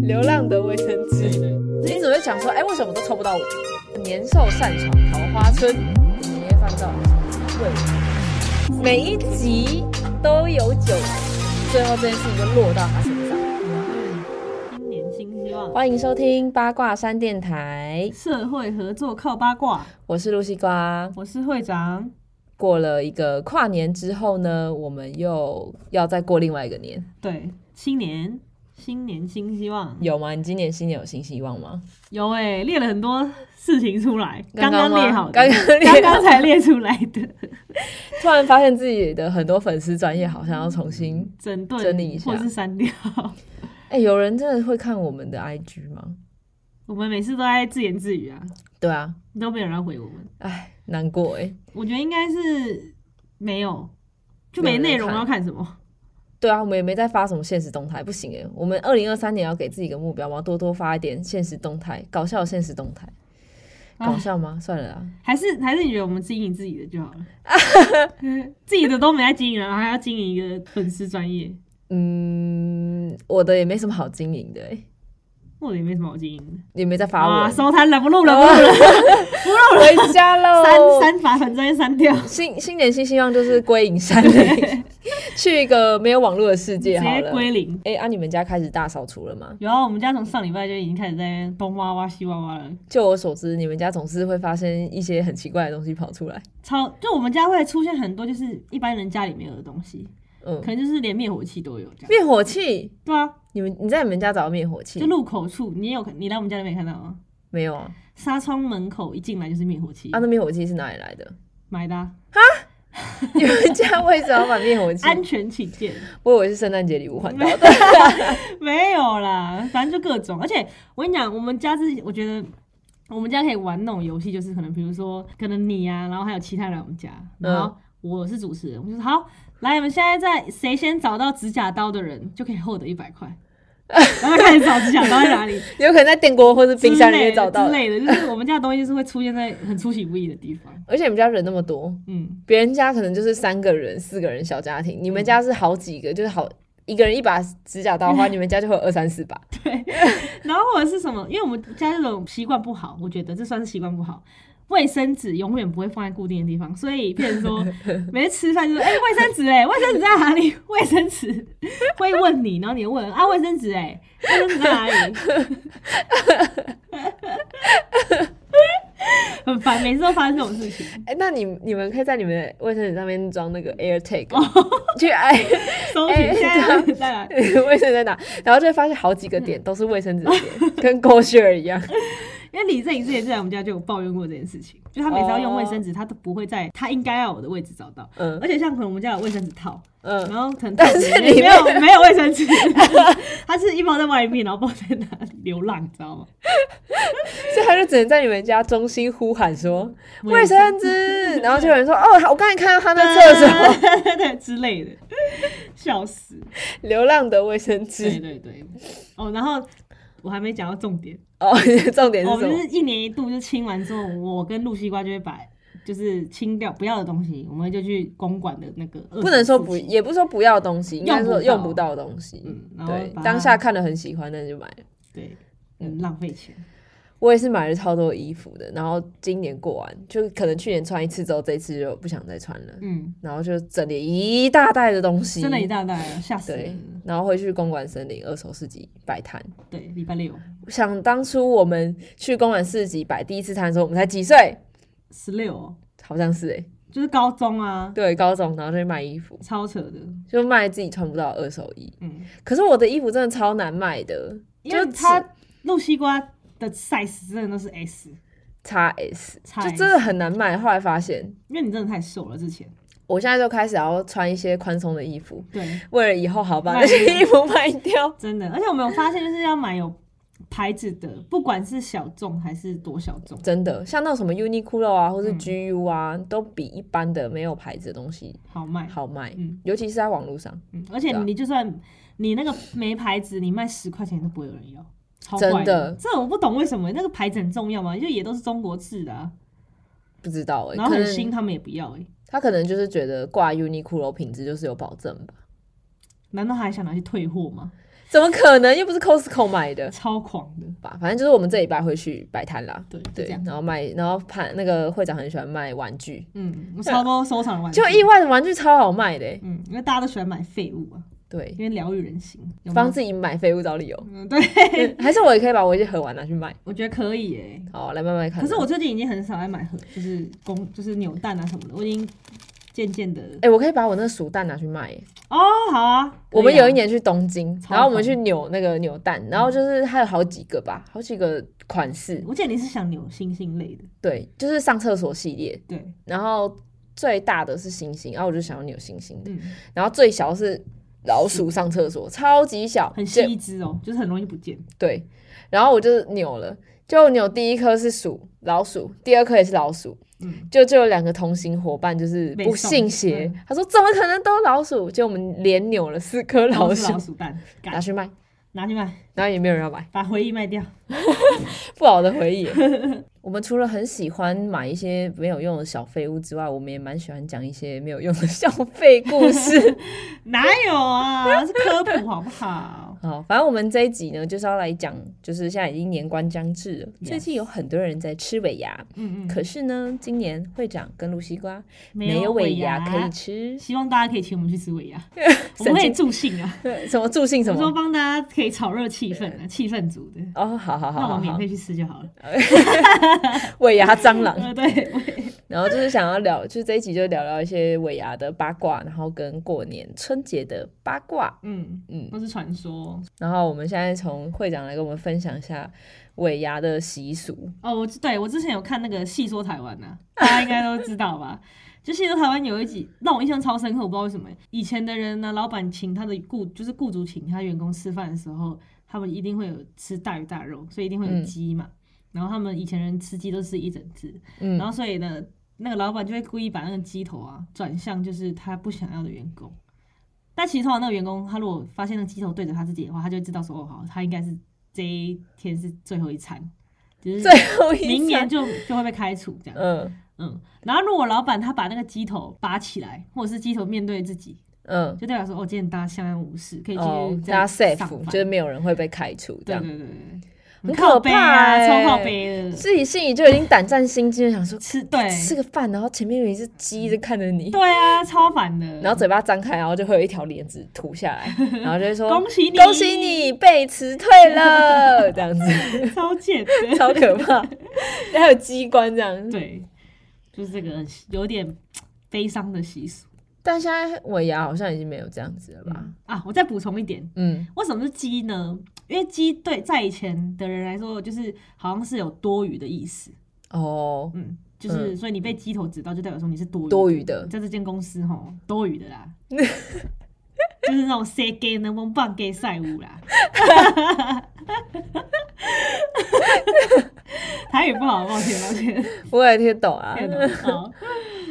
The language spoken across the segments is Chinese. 流浪的卫生纸。你只会想说，哎、为什么都抽不到我？年兽擅闯桃花村，你会翻到对，每一集都有九集，最后这件事情就落到他身上。新年新希望，欢迎收听八卦山电台，社会合作靠八卦。我是露西瓜。我是会长，过了一个跨年之后呢，我们又要再过另外一个年，对，新年新年新希望，有吗？你今年新年有新希望吗？有哎、列了很多事情出来，刚刚刚刚吗列好的，刚刚列好刚刚才列出来的，突然发现自己的很多粉丝专业好像要重新，整顿整理一下或是删掉。哎、有人真的会看我们的 IG 吗？我们每次都在自言自语啊，对啊，都没有人要回我们。哎，难过哎、我觉得应该是没有，就没没有人内容看要看什么。对啊，我们也没在发什么现实动态，不行哎、我们二零二三年要给自己一个目标，我要多多发一点现实动态，搞笑的现实动态。哎搞笑吗？算了啊，还是还是你觉得我们经营自己的 就好了，自己的都没在经营了，然后还要经营一个粉丝专业，嗯，我的也没什么好经营的、欸，我的也没什么好经营的。也没在发啊，文，收摊了，不录了，不录了， 回家喽。 删删把粉专业删掉，新新年新希望就是归隐山 林，去一个没有网络的世界直好接了。归零。哎、啊，你们家开始大扫除了吗？然后我们家从上礼拜就已经开始在那边东挖挖西挖挖了，就我所知，你们家总是会发生一些很奇怪的东西跑出来。超就我们家会出现很多就是一般人家里没有的东西，嗯可，能就是连灭火器都有这样。灭火器，对啊，你们你在你们家找到灭火器就？路口处你也有看，你来我们家里面看到吗？没有啊？纱窗门口一进来就是灭火器啊，，那灭火器是哪里来的？ 买的啊你们家为什么要买灭 火器？安全起见。我以为是圣诞节礼物换到的。 没有啦，反正就各种。而且我跟你讲，我们家是我觉得我们家可以玩那种游戏，就是可能比如说可能你啊，然后还有其他人来我们家，然嗯后我是主持人，我就说好，来，我们现在在谁先找到指甲刀的人就可以获得一百块。 然后开始找指甲刀在哪里， 有可能在电锅或是冰箱里之类面的找到的。之类的，就是我们家的东西就是会出现在很出其不意的地方。而且你们家人那么多，嗯，别人家可能就是三个人、四个人小家庭，你们家是好几个，就是好一个人一把指甲刀的话，你们家就会有二三四 把。 然后或者是什么，因为我们家这种习惯不好，我觉得这算是习惯不好。卫生纸永远不会放在固定的地方，所以变成说每次吃饭就说：“哎、卫生纸哎，卫生纸在哪里？ 卫生纸会问你，然后你又问啊，卫生纸哎，卫生纸在哪里？” 很烦，每次都发生这种事情，哎、那你你们可以在你们的卫生纸上面装那个 AirTag，、去 哎收起哎现在到底在哪里？卫生纸在哪，然后就会发现好几个点都是卫生纸的 点，跟狗血儿一样。因为李正颖之前在我们家就有抱怨过这件事情，就他每次要用卫生纸，他都不会在他应该要有的位置找到。嗯而且像可能我们家有卫生纸套，嗯，然后可能但是套子里面没有面没有卫生纸， 它是一包在外面，然后包在哪里流浪，你知道吗？ 所以他就只能在你们家中心呼喊说卫 卫生 纸，然后就有人说哦，我刚才看到他在啊厕所， 对之类的，笑死！流浪的卫生对纸。对对，哦，然后我还没讲到重点，哦， 重点我是什么？们就是一年一度就清完之后，我跟露西瓜就会把。就是清掉不要的东西，我们就去公馆的那个二手市集，不能说不，也不是说不要东西，应该用不说用到不到的东西。嗯，然后对把，它当下看了很喜欢，那就买了。对，很浪费钱。我也是买了超多衣服的，然后今年过完，就可能去年穿一次之后，这次就不想再穿了，嗯，然后就整理一大袋的东西，真的，一大袋啊，吓死对人了。，然后回去公馆森林二手市集摆摊。对，礼拜六想当初我们去公馆市集摆第一次摊的时候，我们才几岁，十六哦，好像是哎、就是高中啊，对，高中，然后就去卖衣服，超扯的。就卖自己穿不到的二手衣。嗯，可是我的衣服真的超难卖的，因为就只它露西瓜的 size 真的都是 S，叉 S，叉就 S 真的很难卖。后来发现，因为你真的太瘦了之前。我现在就开始要穿一些宽松的衣服，对，为了以后好把卖那些衣服卖掉。真的，而且我们有发现，就是要买有牌子的，不管是小众还是多小众。真的，像那种什么 Uniqlo 啊，或是嗯 GU 啊，都比一般的没有牌子的东西好卖，好卖，嗯尤其是在网络上，嗯，而且对啊你就算你那个没牌子，你卖十块钱都不会有人要，超真怪的这我不懂为什么那个牌子很重要嘛，就也都是中国制的、啊，不知道哎、然欸，后可很新能他们也不要哎、他可能就是觉得挂 Uniqlo 品质就是有保证吧。难道还想拿去退货吗？怎么可能？又不是 Costco 买的超狂的，吧？反正就是我们这礼拜会去摆摊啦。对，就对这，样。然后卖，然后盘那个会长很喜欢卖玩具，嗯，我超多收藏的玩具就，意外的玩具超好卖的欸、嗯，因为大家都喜欢买废物啊，对因，为疗愈人心。有吗帮自己买废物找理由。嗯，对， 还是我也可以把我一些盒玩拿去卖，我觉得可以耶。好来慢慢看。可是我最近已经很少爱买盒，就是公就是扭蛋啊什么的，我已经渐渐的哎、我可以把我那个薯蛋拿去卖耶、哦，好啊。可以啊我们有一年去东京，超然后我们疯去扭那个扭蛋，然后就是它有好几个吧，好几个款式，我记得你是想扭星星类的，对，就是上厕所系列，对，然后最大的是星星，然啊后我就想要扭星星的，嗯，然后最小是老鼠上厕所，超级小，很细就一只哦，就是很容易不见。对，然后我就扭了，就扭第一颗是鼠老鼠，第二颗也是老鼠，嗯，就就有两个同行伙伴就是被不送信邪嗯，他说怎么可能都老鼠？就我们连扭了四颗然后老是鼠老鼠蛋，拿干去卖，拿去卖，然后也没有人要买。把回忆卖掉。 不好的回忆。我们除了很喜欢买一些没有用的小废物之外，我们也蛮喜欢讲一些没有用的小废故事。哪有啊？是科普好不好？好，反正我们这一集呢，就是要来讲，就是现在已经年关将至了 Yes 最近有很多人在吃尾牙，嗯嗯，可是呢，今年会长跟露西瓜没有尾牙可以吃，希望大家可以请我们去吃 尾牙，我们可以助兴啊，对什么助兴我什说么。帮大家可以炒热气氛啊，气氛组的。哦，好好那我好好们免好，费去吃就好了。尾牙蟑螂，呃，对，我然后就是想要聊，就是这一集就聊聊一些尾牙的八卦，然后跟过年春节的八卦，嗯，嗯，都是传说。然后我们现在从会长来跟我们分享一下尾牙的习俗。哦，我对我之前有看那个《戏说台湾》呐，大家应该都知道吧？ 就《戏说台湾》有一集让我印象超深刻，我不知道为什么。以前的人呢，老板请他的雇就是雇主请他员工吃饭的时候，他们一定会有吃大鱼大肉，所以一定会有嗯鸡嘛。然后他们以前人吃鸡都吃一整只，嗯然后所以呢，那个老板就会故意把那个鸡头啊转向就是他不想要的员工。但其实通常那个员工，他如果发现那个鸡头对着他自己的话，他就会知道说哦好，他应该是这一天是最后一餐，就是最后一餐明年，就就会被开除这样。嗯嗯，然后如果老板他把那个鸡头拔起来，或者是鸡头面对自己，嗯，就代表说哦，今天大家相安无事，可以继哦续，这大家 safe，样上就是班嗯没有人会被开除这对样。对对对，很靠可背怕啊，欸超靠背的，自己心里就已经胆战心惊，想说吃对吃个饭，然后前面有一只鸡在看着你，对啊，超烦的。然后嘴巴张开，然后就会有一条帘子吐下 来，然后就会说恭喜你，恭喜，你被辞退 了，这样子超贱的。超可怕， 还有机关这样。对，就是这个有点悲伤的习俗但现在尾牙好像已经没有这样子了吧？啊。我再补充一点，嗯为什么是鸡呢？因为鸡对在以前的人来说，就是好像是有多余的意思。哦，嗯，就是、所以你被鸡头指到，就代表说你是多余多余的在这间公司吼多余 的啦，就是那种 say gay 能不能棒 gay 赛舞 啦。台语不好，抱歉抱歉。我也听得懂啊，天哪 好，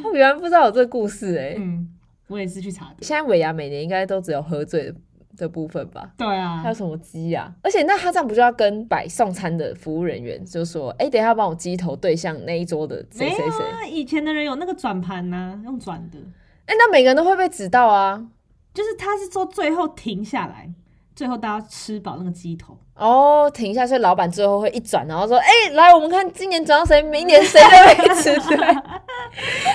我原来不知道有这个故事哎、嗯，我也是去查的。现在尾牙每年应该都只有喝醉的的部分吧？对啊还有，什么鸡啊？而且那他这样不就要跟摆送餐的服务人员就说，哎、等一下帮我鸡头对向那一桌的谁谁谁？哎、那啊以前的人有那个转盘呐，用转的，那每个人都会被指到啊？就是他是说最后停下来，最后大家吃饱那个鸡头。哦，停一下，所以老板最后会一转，然后说，哎、来，我们看今年转到谁，明年谁在被指 对，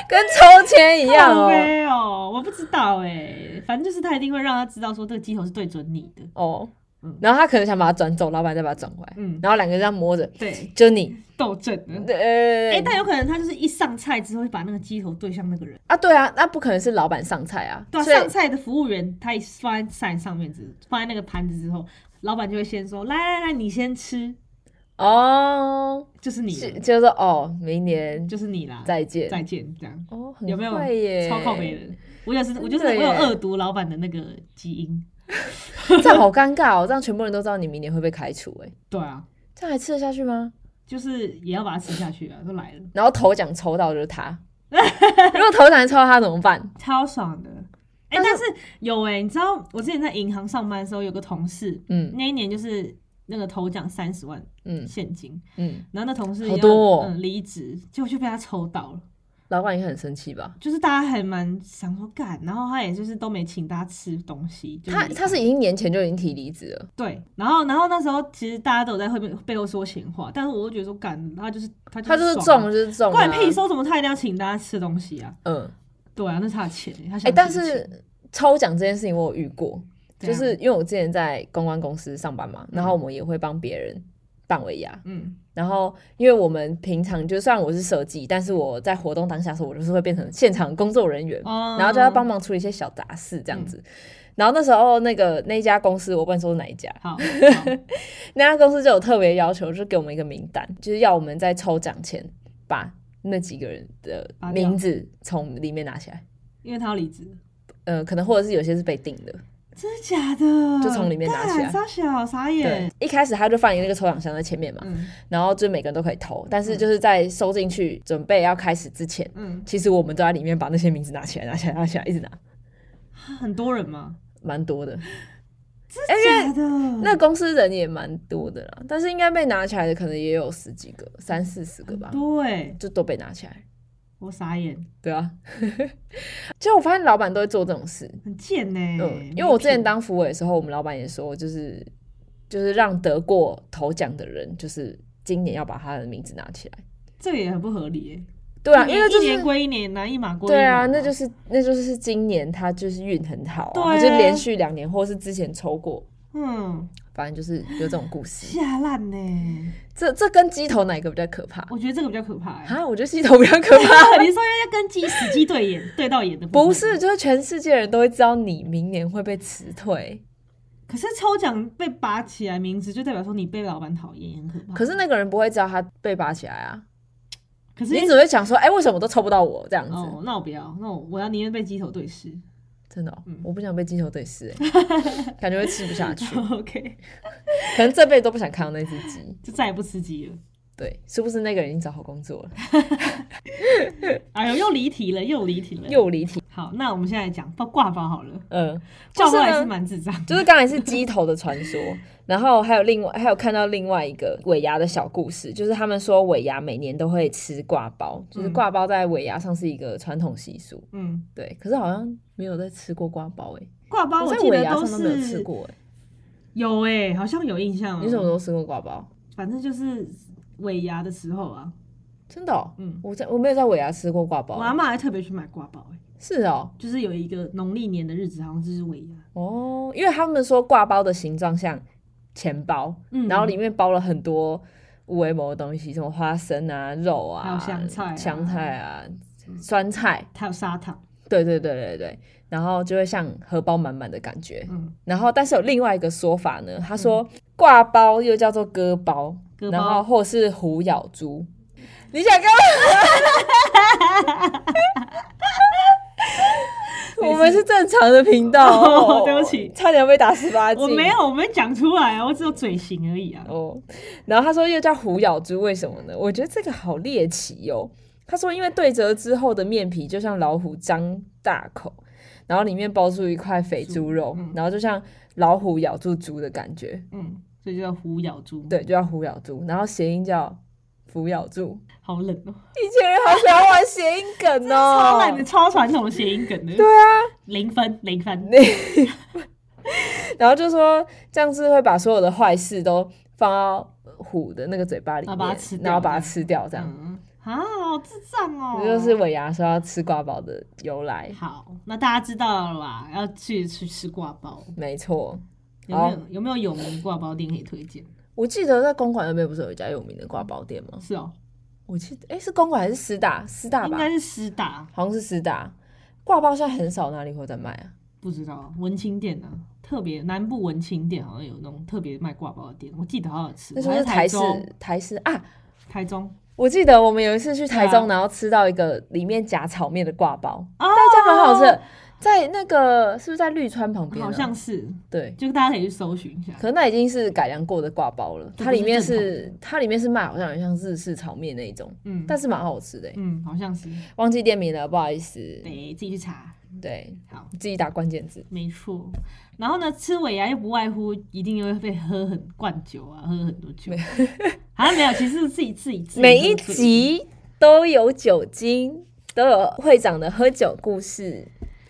跟抽签一样哦。没有，我不知道哎，反正就是他一定会让他知道说这个鸡头是对准你的。哦嗯，然后他可能想把他转走，老板再把他转回来，嗯，然后两个人这样摸着，对，就你，斗阵的。对呃哎、但有可能他就是一上菜之后会把那个鸡头对向那个人，啊，对啊，那不可能是老板上菜啊，对、啊，所以上菜的服务员他一放在菜上面之，放在那个盘子之后，老板就会先说来来来，你先吃，哦，就是你是了，就是说哦，明年就是你啦，再见，再见这样，哦，很有没有会耶？超靠北的？我有时我就是真的我耶有恶毒老板的那个基因， 这样好尴尬哦，这样全部人都知道你明年会被开除，哎，对啊，这样还吃得下去吗？就是也要把它吃下去啊，都来了，然后头奖抽到就是 他，如果头奖抽到他怎么办？超爽的。哎、但是有哎、你知道我之前在银行上班的时候，有个同事，嗯那一年就是那个头奖三十万嗯现金，嗯，然后那同事好要多哦嗯离职，结果就被他抽到了，老板也很生气吧？就是大家还蛮想说干，然后他也就是都没请大家吃东西。就他离他开是已经年前就已经提离职了，对，然后然后那时候其实大家都有在后面背后说闲话，但是我就觉得说干，他就是他他就是爽中就啊，是中、啊，关你屁！说什么他一定要请大家吃东西啊？嗯，对啊，那是他的钱欸，他哎、想但请的钱啊是抽奖这件事情我有遇过，怎就样是因为我之前在公关公司上班嘛，然后我们也会帮别人办尾牙，嗯，然后因为我们平常就算我是设计，但是我在活动当下的时候，我就是会变成现场工作人员，然然后就要帮忙处理一些小杂事这样子。嗯然后那时候那个那一家公司，我不能说是哪一家，好，好那家公司就有特别要求，就给我们一个名单，就是要我们在抽奖前把那几个人的拔掉名字从里面拿起来。因为他要离职，呃，可能或者是有些是被定的，真的假的？就从里面拿起来干傻小傻对眼，，一开始他就放你那个抽奖箱在前面嘛，嗯然后就每个人都可以投，但是就是在收进去准备要开始之前，嗯，其实我们都在里面把那些名字拿起来、拿起来、拿起来，一直拿，很多人嘛，蛮多的。真哎因为的假的？那公司人也蛮多的啦，但是应该被拿起来的可能也有十几个、三四十个吧，对，就都被拿起来。欸我傻眼，对啊， 就我发现老板都会做这种事。很贱欸呢、嗯，因为我之前没品当副委的时候，我们老板也说，就是就是让得过头奖的人，就是今年要把他的名字拿起来。这个也很不合理、欸，对啊，一因年为就一年是归一年，拿一码归一码对啊，嘛那就是那就是今年他就是运很好、对啊，啊他就连续两年，或是之前抽过，嗯，反正就是有这种故事。下烂呢、欸 这这跟鸡头哪一个比较可怕？我觉得这个比较可怕、欸。啊，我觉得鸡头比较可怕。 你说要跟鸡死鸡对眼对到眼的部分不是，，就是全世界人都会知道你明年会被辞退，可是抽奖被拔起来名字，就代表说你被老板讨厌，也很可怕。可是那个人不会知道他被拔起来啊，可是你只会想说，哎、为什么都抽不到我这样子？哦，那我不要，那我我要宁愿被鸡头对视。真的、哦嗯我不想被鸡头对 视、欸，感觉会吃不下去， OK，可能这辈子都不想看到那只鸡。就再也不吃鸡了。对，是不是那个人已经找好工作 了？哎呦，又离题了，又离题了。又离题，好，那我们现在讲挂挂包好了，嗯、呃，挂就是包也是呢，蛮智障的。就是刚才是鸡头的传说，然后还有另外还有看到另外一个尾牙的小故事，就是他们说尾牙每年都会吃挂包，就是嗯挂包在尾牙上是一个传统习俗。嗯，对，可是好像没有在吃过瓜包哎、挂包在啊记尾得牙都上都没有吃是过哎、有哎、好像有印象、哦。你什么时候吃过瓜包？反正就是尾牙的时候啊，真的、哦？嗯，我在我没有在尾牙吃过瓜我包、啊阿妈还特别去买挂包、欸，是哦，就是有一个农历年的日子，好像就是尾牙，哦，因为他们说挂包的形状像钱包，嗯然后里面包了很多无为某的东西，什么花生啊、肉还啊、有香菜啊香菜啊、酸菜，还有砂糖，对对对对对，然后就会像荷包满满的感觉。嗯，然后，但是有另外一个说法呢，他说挂包又叫做割包，割然后包或是虎咬猪。你想干 嘛？我们是正常的频道、哦哦对不起差点被打十八禁。我没有，我没讲出来啊，我只有嘴型而已啊。哦。然后他说又叫虎咬猪，为什么呢？我觉得这个好猎奇哦。他说因为对折之后的面皮就像老虎张大口，然后里面包住一块肥猪肉，嗯然后就像老虎咬住猪的感觉，嗯，所以就叫虎咬猪，，对，就叫虎咬猪。然后谐音叫虎咬猪。好冷哦、以前人好喜欢玩谐音 梗哦，超烂的，超传统的谐音梗的，对啊，零分零分，然后就说这样子会把所有的坏事都放到虎的那个嘴巴里然面，后把它吃掉然后把它吃掉，这样。嗯，啊，好智障哦、这就是尾牙说要吃瓜包的由来，好，那大家知道了啦，要去去吃挂包，没错。有没有有没有有名的挂包店可以推荐？我记得在公馆那边不是有一家有名的瓜包店吗？是哦、我记得，哎、是公馆还是师大？师大应吧，该是师大，好像是师大。挂包现在很少哪里会在卖啊？不知道文青店啊，特别南部文青店好像有那种特别卖挂包的店，我记得好好吃。那我就还是在台台中，式台式啊！台中我记得我们有一次去台中，对啊然后吃到一个里面夹炒面的挂包，哦那家蛮好吃的，在那个是不是在绿川旁边啊、哦好像是，对，就大家可以去搜寻一下。可能那已经是改良过的挂包了，这它不是里面正是它里面是卖好像有点像日式炒面那一种，嗯，但是蛮好吃的欸、嗯，好像是，忘记店名了，不好意思。得自己去查。对，好，自己打关键字。没错。然后呢，吃尾牙又不外乎一定又会被喝很灌酒啊，喝很 多酒。啊好像没有，其实是自己自己自己每一喝醉集都有酒精，都有会长的喝酒故事，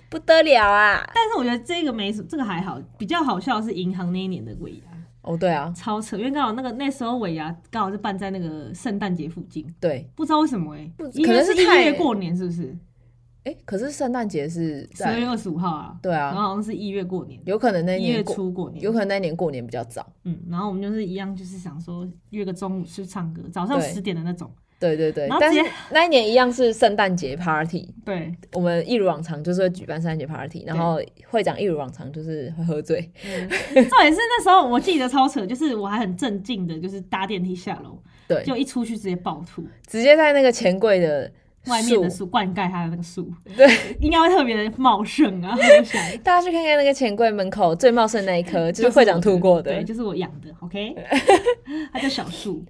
不得了啊！但是我觉得这个没什，这个还好，比较好笑的是银行那一年的尾牙哦，对啊，超扯，因为刚好那个那时候尾牙刚好是办在那个圣诞节附近，对，不知道为什么哎、不应可该能是是一太月过年是不是？哎、可是圣诞节是十二在月二十五号啊，对然后啊，好像是一月过年，有可能那一一月年过，初过年，有可能那一年过年比较早，嗯，然后我们就是一样，就是想说约个中午去唱歌，早上对十点的那种，对对对然，后但直是接那一年一样是圣诞节 party，对，我们一如往常就是会举办圣诞节 party，然后会长一如往常就是会喝醉，重点是那时候我记得超扯，就是我还很镇静的，就是搭电梯下楼，对，就一出去直接暴吐，直接在那个钱柜的外面的树，树灌溉它的那个树，对，应该会特别的茂 盛啊，我想大家去看看那个钱柜门口最茂盛那一 棵，就是是会长我吐过的，对，就是我养的，OK，它叫小 树。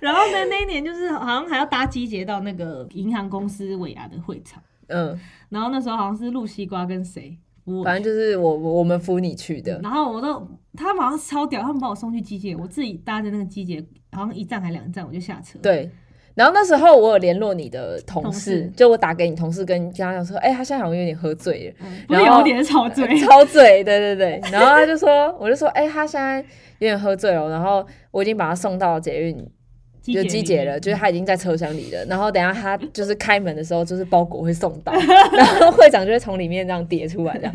然后呢，那一年就是好像还要搭机捷到那个银行公司尾牙的会场，嗯，然后那时候好像是露西瓜跟谁，我反正就是我我们扶你去的，然后我都他们好像超屌，他们把我送去机捷，我自己搭着那个机捷，好像一站还两站我就下车。，对。然后那时候我有联络你的同事，同事就我打给你同事跟跟他讲说，哎、他现在好像有点喝醉了，不是然后有点吵嘴， 超醉，对对对。然后他就说，我就说，哎、他现在有点喝醉了，然后我已经把他送到捷运机就捷机里姐面了，就是他已经在车厢里了。然后等一下他就是开门的时候，就是包裹会送 到，然后会长就会从里面这样叠出来这样。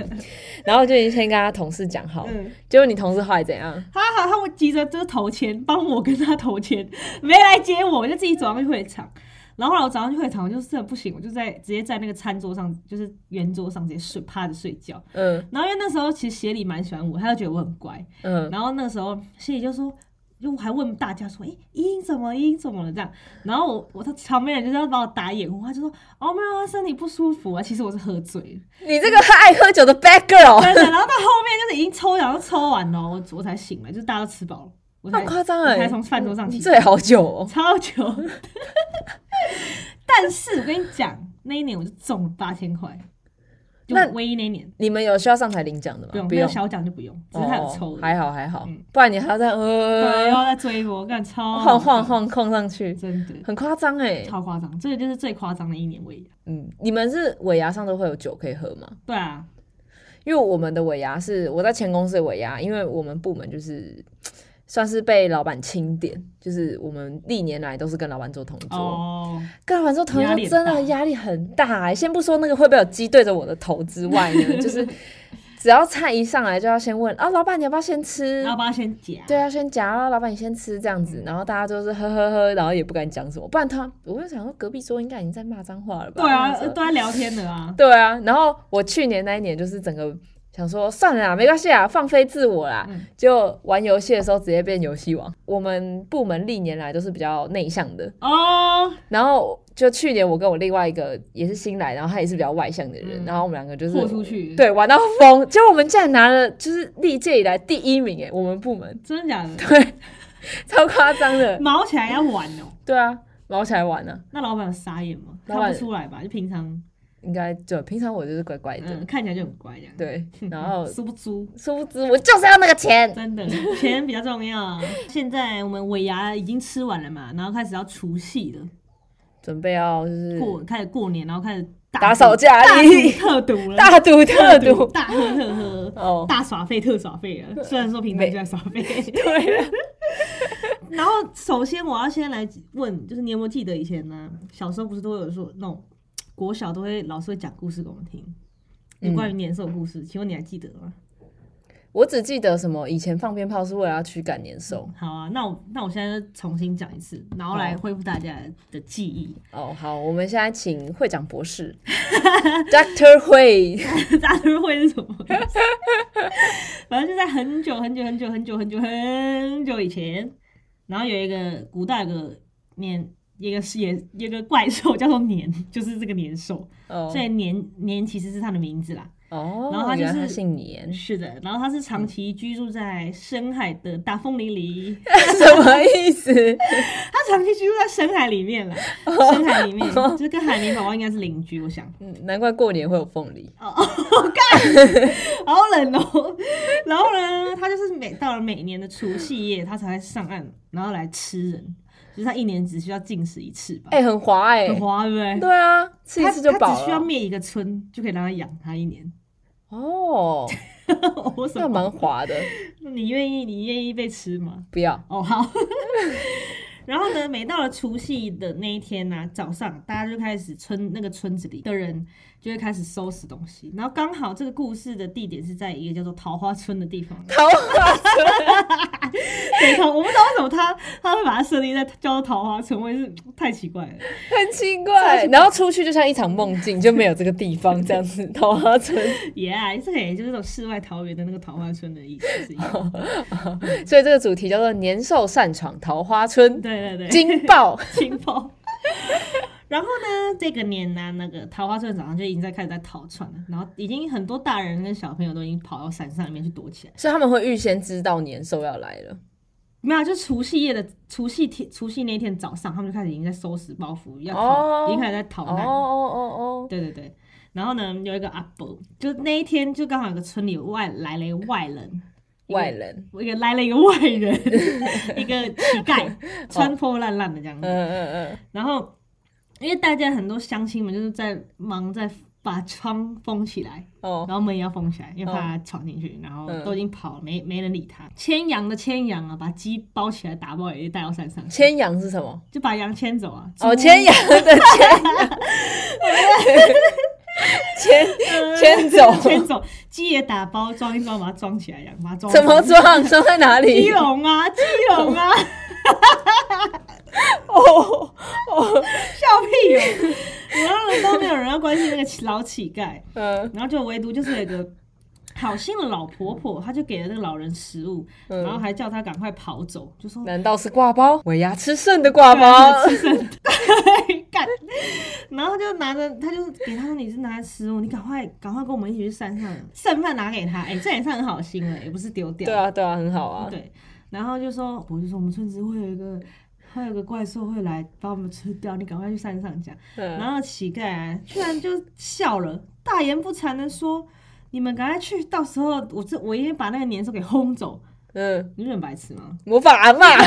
然后我就已经先跟他同事讲好，嗯，结果你同事后来怎样？他好，他们急着就是投钱，帮我跟他投钱，没来接我，我就自己走上去会场。然后后来我早上去会场，我就是不行，我就在直接在那个餐桌上，就是圆桌上直接睡趴着睡觉。嗯然后因为那时候其实协理蛮喜欢我，他就觉得我很乖，嗯，然后那个时候谢里就说，就还问大家说，哎、依英怎么，依英怎么了这样。然后我我他旁边人就是要把我打掩护，他就说，哦没有啊，身体不舒服啊，其实我是喝醉了。你这个爱喝酒的 bad girl，真的，然后到后面就是已经抽奖都抽完了，我我才醒来，就是大家都吃饱了，我才很夸张我才哎，从饭桌上你起，醉好久哦。超久。 但是我跟你讲，那一年我就中了八千块，就那唯一那一年你们有需要上台领奖的吗？不用，不那个用，小奖就不用，只是他有抽哦，还好还好嗯，不然你还要再呃对，然后再追我，干超晃晃，晃晃上去，真的。很夸张哎。超夸张，这个就是最夸张的一年尾牙。嗯，你们是尾牙上都会有酒可以喝吗？对啊，因为我们的尾牙是我在前公司的尾牙，因为我们部门就是算是被老板钦点，就是我们历年来都是跟老板做同桌，哦，跟老板做同压桌力很真大的压力很大、欸。先不说那个会不会有鸡对着我的头之外呢，就是只要菜一上来就要先问啊，老板你要不要先吃？要不要先夹？对，要先夹啊，老板你先吃这样嗯子，然后大家就是呵呵呵，然后也不敢讲什么，不然他我就想说隔壁桌应该已经在骂脏话了吧？对啊，这样子呃都在聊天的啊。对啊，然后我去年那一年就是整个想说算了啦，没关系啊，放飞自我啦。嗯就玩游戏的时候直接变游戏王。我们部门历年来都是比较内向的，哦，然后就去年我跟我另外一个也是新来，然后他也是比较外向的人，嗯然后我们两个就是豁出去，，对玩到疯，结果我们竟然拿了就是历届以来第一名欸诶，我们部门真的假的？对，超夸张 的，毛起来要玩哦。对啊，毛起来玩呢、那老板有傻眼吗？老看板不出来吧？就平常，应该就平常我就是乖乖的，嗯，看起来就很乖这样。，对，然后输不输？殊不知我就是要那个钱，真的，钱比较重要。现在我们尾牙已经吃完了嘛，然后开始要除夕了，准备要就是过开始过年，然后开始大嗯打赌扫家大里赌特赌了，大赌特赌赌。大喝特喝，哦，大耍费特耍费了，虽然说平常就在耍费。对 了，然后首先我要先来问，就是你有没有记得以前呢、小时候不是都会有说那种国小都会老师会讲故事给我们听，有嗯关于年兽故事，请问你还记得吗？我只记得什么以前放鞭炮是为了要驱赶年兽。好啊，那我那我现在就重新讲一次，然后来好恢复大家的记忆。哦，好，我们现在请会长博 士，Doctor 会，大家会是什么？ 反正就在很久很久很久很久很久很久以前，然后有一个古代有个年，一个是也有一个怪兽叫做年，就是这个年兽，哦所以年年其实是它的名字啦。哦，然后他就是，原来他姓年 是的，然后它是长期居住在深海的大风林里，什么意思？它长期居住在深海里面了，深海里面就是跟海绵宝宝应该是邻居，我想。嗯，难怪过年会有凤梨。哦好冷哦。然后呢，他就是每到了每年的除夕夜，他才会上岸，然后来吃人。就是他一年只需要进食一次吧，哎、很滑哎、很划对不对？对啊，吃一他次就饱他只需要了。灭一个村就可以让他养他一年。 哦，我什那么？蛮滑的，你愿意？你愿意被吃吗？不要。哦，好。 然后呢，每到了除夕的那一天呢、早上大家就开始村那个村子里的人就会开始收拾东西，然后刚好这个故事的地点是在一个叫做桃花村的地方。桃花对，桃我不知道为什么他他会把它设定在叫做桃花村，我也是太奇怪了。很奇怪，然后出去就像一场梦境，就没有这个地方这样子。桃花村， Yeah，这个也就是那种世外桃源的那个桃花村的意思是一样的。所以这个主题叫做“年兽擅闯桃花 村对对”，对，惊爆。情报。然后呢，这个年呢、那个桃花村早上就已经在开始在逃窜了，然后已经很多大人跟小朋友都已经跑到山上里面去躲起来。所以他们会预先知道年兽要来了。没有啊，就除夕夜的除夕天，除夕那一天早上，他们就开始已经在收拾包袱，要逃哦已经开始在逃哦难。哦哦对对对，然后呢，有一个阿伯，就那一天就刚好有个村里有外来了一个外人，哦，外人，一个来了一个外人，一个乞 丐，穿破烂烂的这样子。哦嗯嗯嗯，然后因为大家很多乡亲们就是在忙在把窗封起来，哦然后门也要封起来，因为怕他闯进去。然后嗯都已经跑了，没没人理他。牵羊的牵羊啊，把鸡包起来打包，也带到山上，牵羊是什么？就把羊牵走啊。 哦，猪牵羊的牵羊，牵牵走，牵走， 鸡也打包装一装，把它装起来，羊把它装怎么装？装？装在哪鸡里？笼啊，鸡笼啊，哦哦，笑 屁哦！然后都没有人要关心那个老乞丐。嗯然后就唯独就是有一个好心的老婆婆，她就给了那个老人食物，然后嗯，还叫他赶快跑走，就 说难道是挂包？ 尾牙吃剩的挂包？对就是吃剩哎干，然后就拿着，他就给他说你是拿着食物，你赶快赶快跟我们一起去山上，剩饭拿给他，哎、这也是很好心了，也不是丢掉， 对啊，对啊，很好啊。对，然后就说，我就说我们村子会有一个。会有一个怪兽会来把我们吃掉，你赶快去山上讲。嗯，然后乞丐、啊、居然就笑了，大言不惭的说：“你们赶快去，到时候我这我一定把那个年兽给轰走。 嗯，”你们很白痴吗？模仿阿 妈，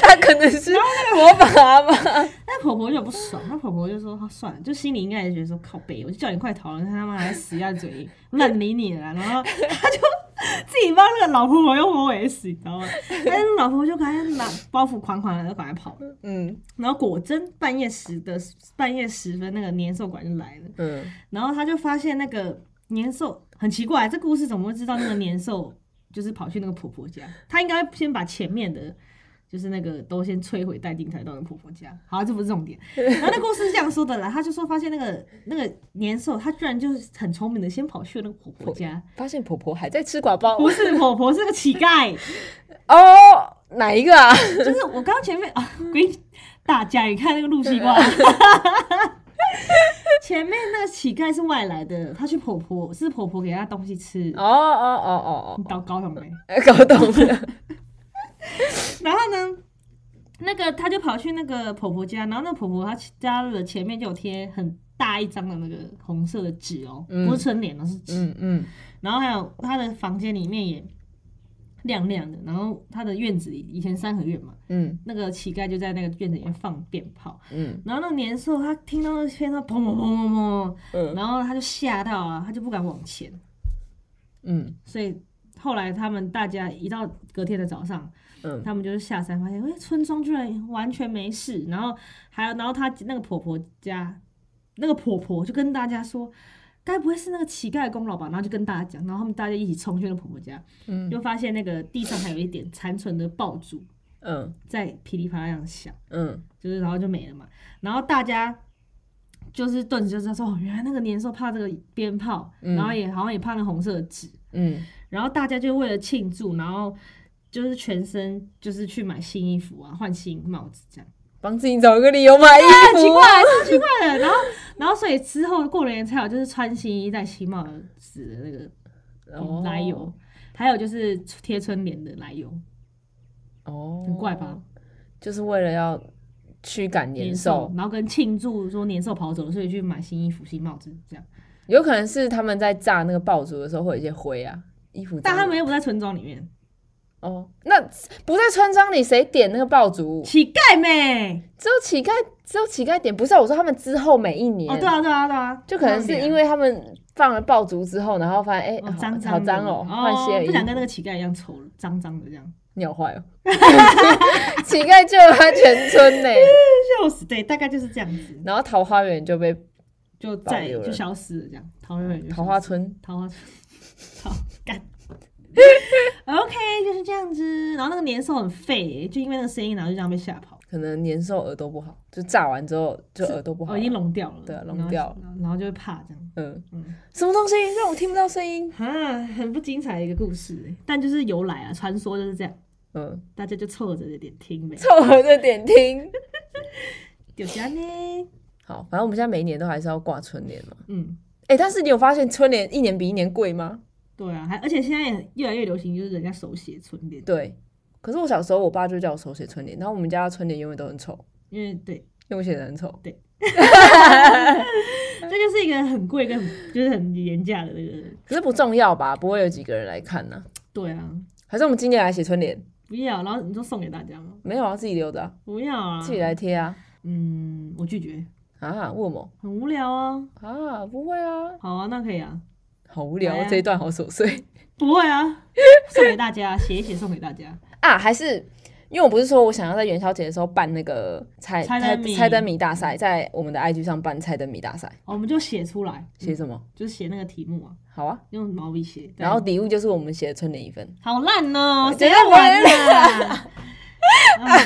他可能是模仿阿妈。那婆婆就很不爽，她婆婆就说：“她算了，就心里应该也觉得说靠北，我就叫你快逃了，她他妈还死鸭嘴硬，懒理你了啦。” 然后她就自己帮那个老婆婆用 OS，你知道吗？ 但是老婆婆就赶快拿包袱款款的就赶快跑了。嗯然后果真半夜十的半夜十分，那个年兽馆就来了。嗯，然后他就发现那个年兽很奇怪，这故事怎么会知道那个年兽就是跑去那个婆婆家？他应该先把前面的。就是那个都先摧毁殆尽才到那个婆婆家。好，这不是重点。然后那故事是这样说的啦，他就说发现那个那个年兽，他居然就是很聪明的，先跑去了那个婆婆家。发现婆婆还在吃挂包不是婆婆，是个乞丐。哦，哪一个啊？就是我刚刚前面啊，给大家你看那个路西瓜，前面那个乞丐是外来的，他去婆婆是婆婆给他东西吃，哦哦哦哦你搞搞懂没？哦，搞懂了。然后呢，那个他就跑去那个婆婆家，然后那婆婆她家的前面就有贴很大一张的那个红色的纸哦、嗯不是春联哦，是纸。嗯嗯然后还有她的房间里面也亮亮的，然后她的院子里以前三合院嘛，嗯那个乞丐就在那个院子里面放鞭炮，嗯然后那个年兽他听到那鞭炮砰砰砰砰砰，嗯然后他就吓到啊，他就不敢往前，嗯所以后来他们大家一到隔天的早上，嗯，他们就是下山发现，哎、村庄居然完全没事。然后还有，然后她那个婆婆家，那个婆婆就跟大家说，该不会是那个乞丐的功劳吧？然后就跟大家讲，然后他们大家一起冲去那个婆婆家，嗯就发现那个地上还有一点残存的爆竹嗯在噼里啪啦这样响，嗯就是然后就没了嘛。然后大家。就是顿时就知道说，哦，原来那个年兽怕这个鞭炮，嗯然后也好像也怕那个红色的纸，嗯然后大家就为了庆祝，然后就是全身就是去买新衣服啊，换新帽子这样。帮自己找一个理由买衣啊，服。奇怪，是奇怪的。然后，然后所以之后过年才有就是穿新衣戴新帽子的那个哦来由，还有就是贴春联的来由，哦，很怪吧？？就是为了要驱赶年兽，，然后跟庆祝说年兽跑走了，所以去买新衣服、新帽子这样。有可能是他们在炸那个爆竹的时候会有一些灰啊，衣服。但他们又不在村庄里面，哦，那不在村庄里谁点那个爆竹？乞丐妹。只有乞丐，只有乞丐点。不是啊，我说他们之后每一年，哦，对啊，对啊，对啊，就可能是因为为他们放了爆竹之后，然后发现哎、哦好脏脏好的脏哦，换新的衣不服想跟那个乞丐一样丑了，脏脏的这样，你好坏哦， 乞丐救了他全村呢，笑死。对，大概就是这样子，然后桃花源就被就保再留了就消失了这样。桃花源就消失桃花 村桃花村，桃干。OK，就是这样子。然后那个年兽很废耶、就因为那个声音，然后就这样被吓跑，可能年兽耳朵不好，就炸完之后就耳朵不好哦，已，经聋掉了，对啊然聋后掉了然后，然后就会怕这样。嗯嗯，什么东西让我听不到声音？啊，很不精彩的一个故事耶、但就是由来啊，传说就是这样， 嗯，大家就凑着点听呗。凑合着点听。有家呢，好，反正我们现在每一年都还是要挂春联嘛。欸嗯，哎、但是你有发现春联一年比一年贵吗？对啊，还而且现在也越来越流行，就是人家手写春联，对。可是我小时候，我爸就叫我手写春联，然后我们家的春联永远都很丑，因为对，因为我写的很丑。 这就是一个很贵跟很就是很廉价的那个，可是不重要吧？不会有几个人来看呢、对啊，还是我们今年来写春联？不要，然后你就送给大家吗？没有啊，自己留着、啊，不要啊，自己来贴啊。嗯，我拒绝，啊，问我很无 聊啊。啊，不会啊，好啊，那可以啊，好无聊、来啊，啊这一段好琐碎不会啊，送给大家，写一写送给大家。啊。还是因为我不是说我想要在元宵节的时候办那个猜猜猜灯谜猜灯谜大赛，在我们的 IG 上办猜灯谜大赛，我们就写出来，写什么？就是写那个题目啊，好啊，用毛笔写。然后哎礼物就是我们写的春联一份。好烂哦、谁谁要要玩玩啊？啊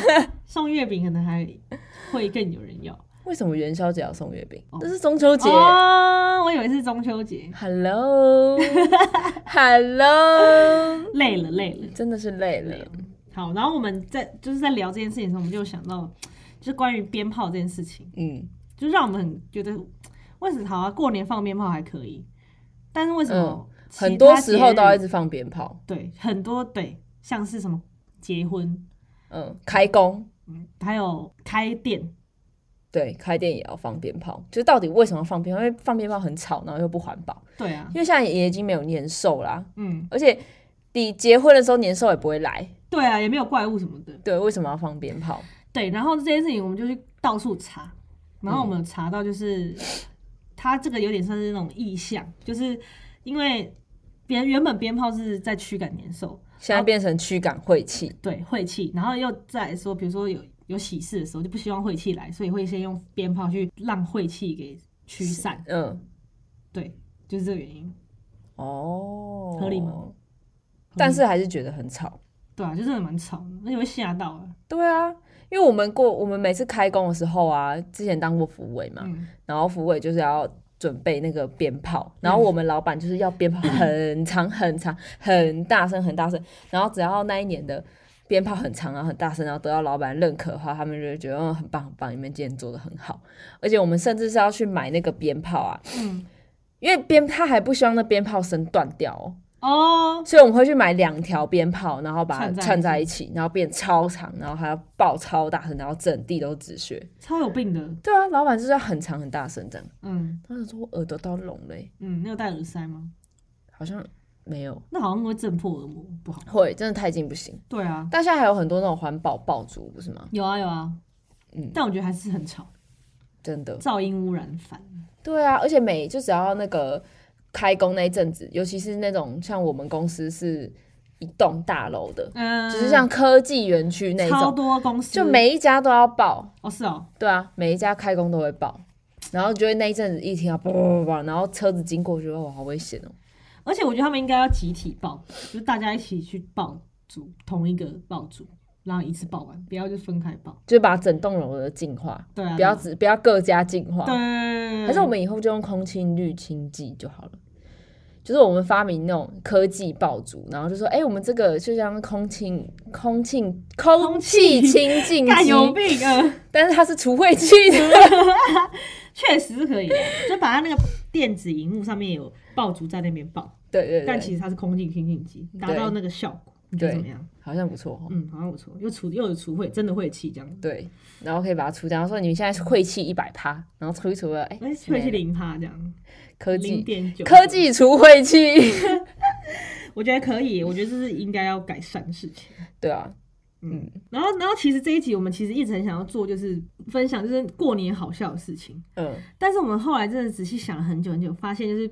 送月饼可能还会更 有人要为什么元宵节要送月饼哦？这是中秋节。哦，我以为是中秋节， Hello，Hello，累了累了。真的是累累了了。好，然后我们在就是在聊这件事情的时候，我们就想到就是关于鞭炮这件事情，嗯，就让我们很觉得为什么好啊？过年放鞭炮还可以，但是为什么、其他嗯很多时候节日都要一直放鞭炮。对很多对像是什么结婚，嗯，开工嗯，还有开店，对，开店也要放鞭炮。就是到底为什么放鞭炮？因为放鞭炮很吵，然后又不环保。对啊，因为现在也已经没有年兽啦，嗯，而且你结婚的时候年兽也不会来。对啊，也没有怪物什么的。对，为什么要放鞭炮？对，然后这件事情我们就去到处查，然后我们有查到就是、它这个有点像是那种意象，就是因为别原本鞭炮是在驱赶年兽，现在变成驱赶晦气。对晦气，然后又再来说，比如说有有喜事的时候就不希望晦气来，所以会先用鞭炮去让晦气给驱散，嗯，对，就是这个原因，哦，合理吗？但是还是觉得很吵。嗯对啊，就真的蛮吵的，而且会吓到啊，对啊，因为我们过我们每次开工的时候啊，之前当过辅委嘛，嗯，然后辅委就是要准备那个鞭炮，然后我们老板就是要鞭炮很长很长、很大声、很大声，然后只要那一年的鞭炮很长然啊后很大声，然后得到老板认可的话，他们就会觉得嗯很棒很棒，你们今天做的很好。而且我们甚至是要去买那个鞭炮啊，嗯因为鞭他还不希望那鞭炮声断掉哦，哦，所以我们会去买两条鞭炮，然后把它串在一串起在一起，然后变超长，然后还要爆超大声，然后整地都止血。超有病的，对啊，老板就是要很长很大声这样。嗯当时说我耳朵到聋了欸、嗯，你有戴耳塞吗？好像没有，那好像会震破耳膜，不好，会真的太近不行。对啊，但现在还有很多那种环保爆竹，不是吗？有啊有啊，嗯但我觉得还是很吵，真的，噪音污染烦。对啊，而且每就只要那个开工那一阵子，尤其是那种像我们公司是一栋大楼的，嗯，就是像科技园区那呃超种，多公司就每一家都要爆，哦是哦，对啊，每一家开工都会爆。然后就会那一阵子一听到叭叭叭叭，然后车子经过就会哇好危险哦。而且我觉得他们应该要集体爆，就是大家一起去爆竹，同一个爆竹，然后一次爆完，不要就分开爆。就把整栋楼的净化，对啊，不要只不要各家净化。对，还是我们以后就用空气滤清剂就好了。就是我们发明那种科技爆竹，然后就说，哎、我们这个就像空气、空气、空气清净 干有机，病啊！呃但是它是除晦气 的。确实是可以啊，就把它那个电子荧幕上面有爆竹在那边爆，对对但对，其实它是空气清净机，达到那个效果，你觉得怎么样？好像不错哦。嗯，好像不错，又除又有除秽，真的晦气这样。对，然后可以把它除掉。然后说你们现在是晦气一百趴，然后除一除了，哎、哎，晦气零趴这样，科零技点九 科技除晦气。我觉得可以，我觉得这是应该要改善的事情。对啊，嗯，然后，然后其实这一集我们其实一直很想要做，就是分享就是过年好笑的事情，嗯，但是我们后来真的仔细想了很久很久，发现就是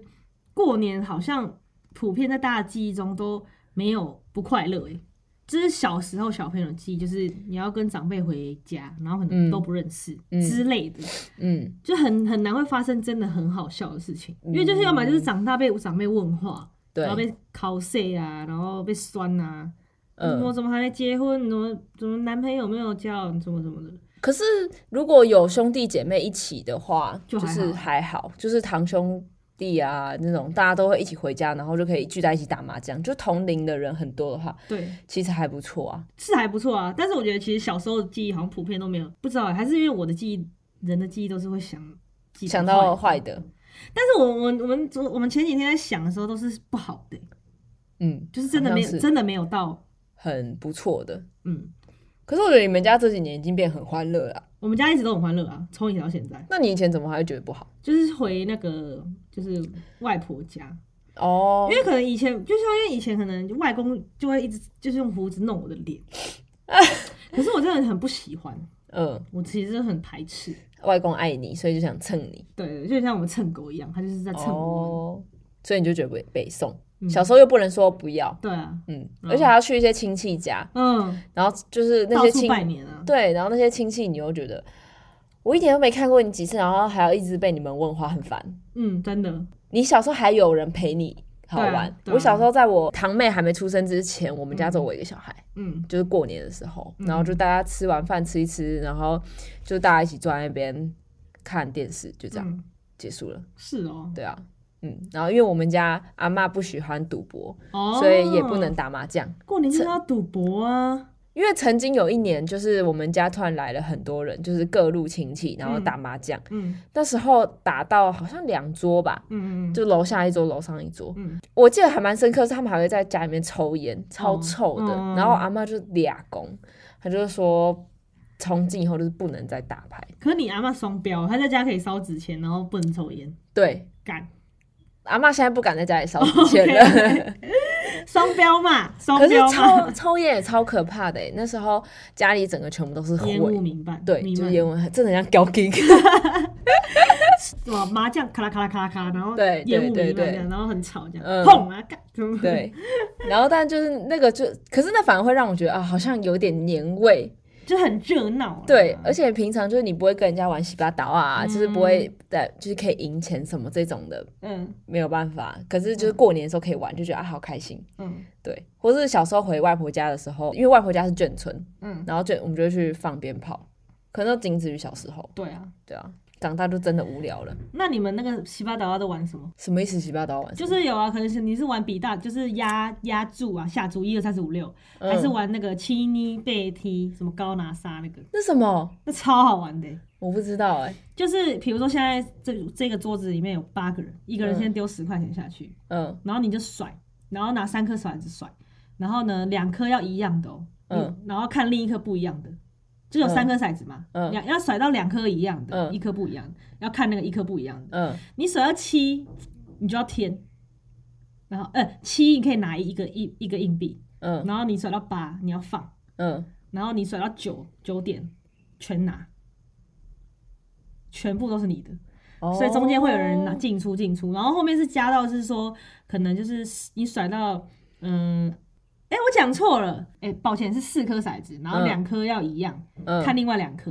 过年好像普遍在大家记忆中都没有不快乐诶。就是小时候小朋友的记忆，就是你要跟长辈回家，然后可能嗯都不认识、嗯之类的，嗯，就很很难会发生真的很好笑的事情，因为就是要么就是长大被长辈问话，对然，后被考碎啊，然后被酸啊，嗯我怎么还没结婚？你怎么怎么男朋友没有交？你怎么怎么的？可是如果有兄弟姐妹一起的话，就就还好是还好，就是堂兄弟啊那种，大家都会一起回家，然后就可以聚在一起打麻将。就同龄的人很多的话，对，其实还不错啊。是还不错啊。但是我觉得其实小时候的记忆好像普遍都没有，不知道欸还是因为我的记忆，人的记忆都是会想记得想到坏坏的，的。但是我我我们昨我们前几天在想的时候都是不好的欸、嗯，就是真的没好有像是真的没有到很不错的。嗯，可是我觉得你们家这几年已经变很欢乐了啊、我们家一直都很欢乐啊，从以前到现在，那你以前怎么还会觉得不好？就是回那个就是外婆家，哦因，为可能以前就像因为以前可能外公就会一直就是用胡子弄我的 脸，可是我真的很不喜欢，嗯，我其实很排斥。外公爱你，所以就想蹭你。对，就像我们蹭狗一样，他就是在蹭我。哦，所以你就觉得被被送。嗯小时候又不能说不要，对啊，嗯，嗯而且还要去一些亲戚家，嗯，然后就是那到些处亲拜年啊。对，然后那些亲戚你又觉得我一点都没看过你几次，然后还要一直被你们问话，很烦。嗯，真的，你小时候还有人陪你好对啊玩，对啊我小时候在我堂妹还没出生之前，我们家只有我一个小孩，嗯，就是过年的时候，嗯然后就大家吃完饭吃一吃，然后就大家一起坐在那边看电视，就这样、嗯结束了。是哦，对啊，嗯，然后因为我们家阿嬷不喜欢赌博，哦，所以也不能打麻将。过年就是要赌博啊。因为曾经有一年，就是我们家突然来了很多人，就是各路亲戚，然后打麻将。嗯那时候打到好像两桌吧，嗯嗯就楼下一桌，楼上一桌。嗯我记得还蛮深刻，是他们还会在家里面抽烟，超哦臭的。嗯然后我阿妈就俩公，她就是说，从今以后就是不能再打牌。可是你阿妈双标，她在家可以烧纸钱，然后不能抽烟，对，干阿妈现在不敢在家里烧纸钱 了。双标嘛，双可是标嘛抽，抽烟也超可怕的欸，那时候家里整个全部都是烟灰雾。弥漫，对，弥就是漫烟闻，真的很像高金。哇，麻将咔啦咔啦咔啦咔啦，然后对烟雾弥对漫对这样，然后很吵这样，嗯碰啊干，对，然后但就是那个就，可是那反而会让我觉得啊，好像有点年味。 就很热闹啊。对，而且平常就是你不会跟人家玩洗八刀啊，嗯就是不会在，就是可以赢钱什么这种的，嗯没有办法。可是就是过年的时候可以玩，就觉得啊好开心。嗯对，或是小时候回外婆家的时候，因为外婆家是眷村，嗯，然后眷我们就会去放鞭炮，可能都仅止于小时候。对啊。对啊，长大就真的无聊了。那你们那个洗八岛啊都玩什么？什么意思？洗八刀玩什就么？是有啊，可能是你是玩比大，就是压压注啊，下注一二三四五六，嗯还是玩那个七妮背踢什么高拿沙那个，那什么？那超好玩的欸、我不知道哎、就是比如说现在这这个桌子里面有八个人，一个人先丢十块钱下去，嗯然后你就甩，然后拿三颗骰子甩，然后呢两颗要一样的哦，嗯你然后看另一颗不一样的，就有三颗骰子嘛，嗯两、要甩到两颗一样的，嗯一颗不一样的，要看那个一颗不一样的，嗯你甩到七，你就要添，然后呃七你可以拿一个一一个硬币，嗯然后你甩到八你要放，嗯，然后你甩到九九点全拿，全部都是你的。哦所以中间会有人拿进出进出，然后后面是加到是说，可能就是你甩到，嗯，哎、我讲错了，哎、抱歉，是四颗骰子，然后嗯两颗要一样，嗯看另外两颗，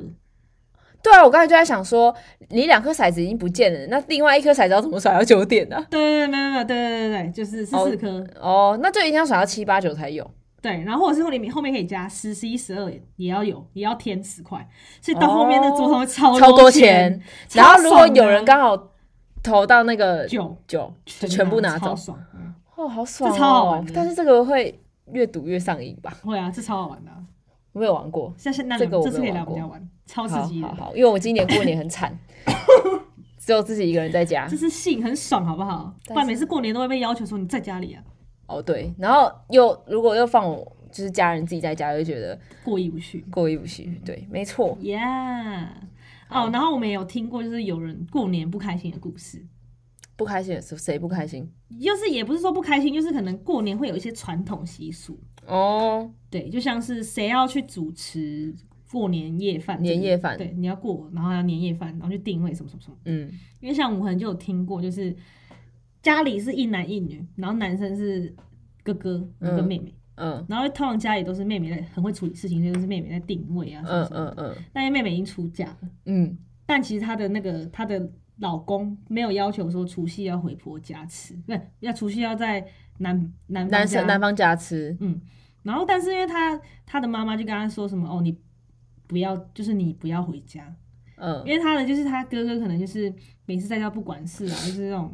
对啊，我刚才就在想说，你两颗骰子已经不见了，那另外一颗骰子要怎么甩到九点呢、对对对对对对对对，就是是哦四颗，哦，那就一定要甩到七八九才有。对，然后或者是后面后面可以加十、十一、十二也要有，也要添十块，所以到后面那桌上会超哦超多多钱，超然后如果爽的有人刚好投到那个九九，就全部拿超走。爽，嗯哦，好爽、哦，这超好玩的但是这个会越赌越上瘾吧？会啊，这超好玩的啊、我没有玩过，像现在这个我这次可没以有来玩我们家过玩，超刺好激的好。好，因为我今年过年很 惨，只有自己一个人在家这。是性很爽，好不好？但是不然每次过年都会被要求说你在家里啊，哦，对，然后又如果又放我就是家人自己在家，就觉得过意不去。过意不去。对，没错， Yeah，哦，然后我们也有听过，就是有人过年不开心的故事，不开心的时候，谁不开心？就是也不是说不开心，就是可能过年会有一些传统习俗，哦，对，就像是谁要去主持过年夜饭，年夜饭对，你要过，然后要年夜饭，然后去定位什么什么什么。嗯，因为像我可能就有听过，就是家里是一男一女，然后男生是哥哥嗯跟妹妹，嗯然后通常家里都是妹妹在很会处理事情，所以就是妹妹在定位啊什么嗯什么。嗯嗯但因为妹妹已经出嫁了，嗯，但其实她的那个她的老公没有要求说除夕要回婆家吃，不是要除夕要在男男方男家生男方家吃，嗯，然后但是因为他他的妈妈就跟他说什么哦，你不要，就是你不要回家，嗯因为他的就是他哥哥可能就是每次在家不管事啊，就是那种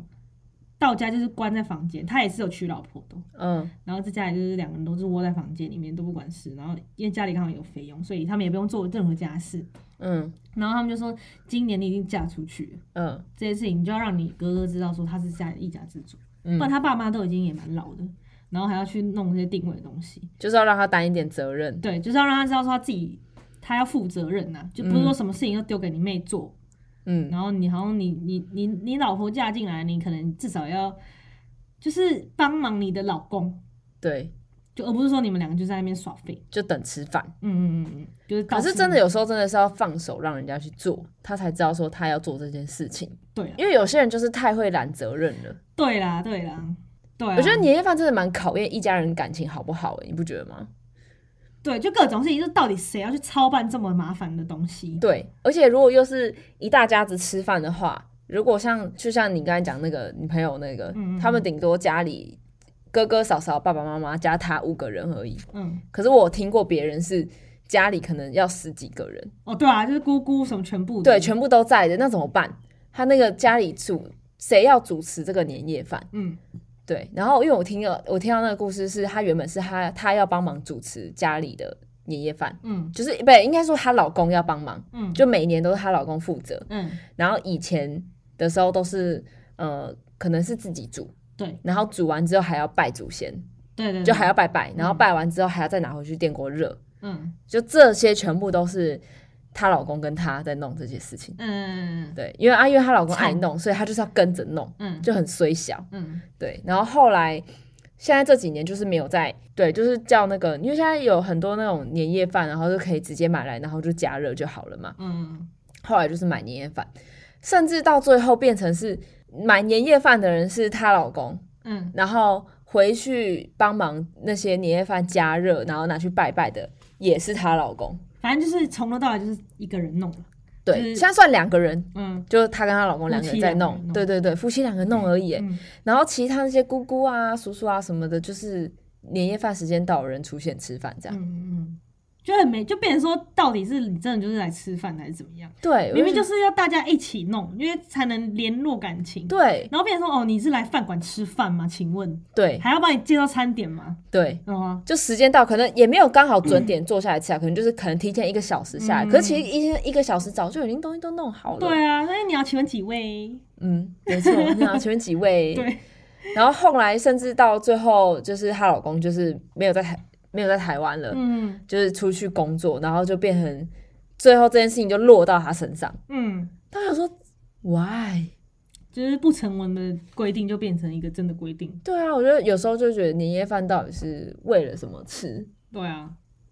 到家就是关在房间，他也是有娶老婆的，嗯然后在家里就是两个人都是窝在房间里面都不管事，然后因为家里刚好有费用，所以他们也不用做任何家事，嗯然后他们就说今年你已经嫁出去了。嗯这些事情，你就要让你哥哥知道说他是家里一家之主，不然嗯，他爸妈都已经也蛮老的，然后还要去弄这些定位的东西，就是要让他担一点责任，对，就是要让他知道说他自己他要负责任呐、就不是说什么事情都丢给你妹做，嗯然后你好像你你你你老婆嫁进来，你可能至少要就是帮忙你的老公，对，就而不是说你们两个就在那边耍废，就等吃饭。嗯嗯嗯嗯，就是到可是处真的有时候真的是要放手让人家去做，他才知道说他要做这件事情，对啦因为有些人就是太会揽责任了。对啦对啦对啊，我觉得年夜饭真的蛮考验一家人感情好不好、欸，你不觉得吗？对，就各种事情，就是到底谁要去操办这么麻烦的东西？对，而且如果又是一大家子吃饭的话，如果像就像你刚才讲那个你朋友那个，嗯嗯他们顶多家里哥哥嫂嫂、爸爸妈妈加他五个人而已。嗯，可是我有听过别人是家里可能要十几个人，哦对啊，就是姑姑什么全部的对，全部都在的，那怎么办？他那个家里主谁要主持这个年夜饭？嗯对，然后因为我听到我听到那个故事是，她原本是她她要帮忙主持家里的年夜饭，嗯就是不对应该说她老公要帮忙，嗯就每年都是她老公负责。嗯然后以前的时候都是呃，可能是自己煮，对嗯然后煮完之后还要拜祖先，对对，就对还要拜拜，然后拜完之后还要再拿回去电锅热，嗯就这些全部都是她老公跟她在弄这些事情。嗯对，因为啊，因为她老公惨爱弄，所以她就是要跟着弄，嗯就很虽小。嗯对，然后后来现在这几年就是没有在对，就是叫那个，因为现在有很多那种年夜饭，然后就可以直接买来，然后就加热就好了嘛。嗯后来就是买年夜饭，甚至到最后变成是买年夜饭的人是她老公，嗯然后回去帮忙那些年夜饭加热，然后拿去拜拜的也是她老公。反正就是从头到尾就是一个人弄了，对，就是现在算两个人，嗯就是她跟她老公两个夫人妻在两个弄。人弄对对对，夫妻两个弄而已。嗯然后其他那些姑姑啊、叔叔啊什么的，就是年夜饭时间到有人出现吃饭这嗯样。嗯，就很没，就变成说到底是你真的就是来吃饭还是怎么样？对，明明就是是要大家一起弄，因为才能联络感情。对然后变成说哦，你是来饭馆吃饭吗？请问对还要帮你介绍餐点吗？对，嗯啊，就时间到，可能也没有刚好准点坐下来吃啊，可能就是可能提前一个小时下来，嗯可是其实一天一个小时早就已经东西都弄好了。对啊，那你要请问几位？嗯，没错。那请问几位？对。然后后来甚至到最后，就是她老公就是没有在台没有在台湾了，嗯就是出去工作，然后就变成最后这件事情就落到她身上。嗯，她想说，why？就是不成文的规定就变成一个真的规定。对啊，我觉得有时候就觉得年夜饭到底是为了什么吃？对啊，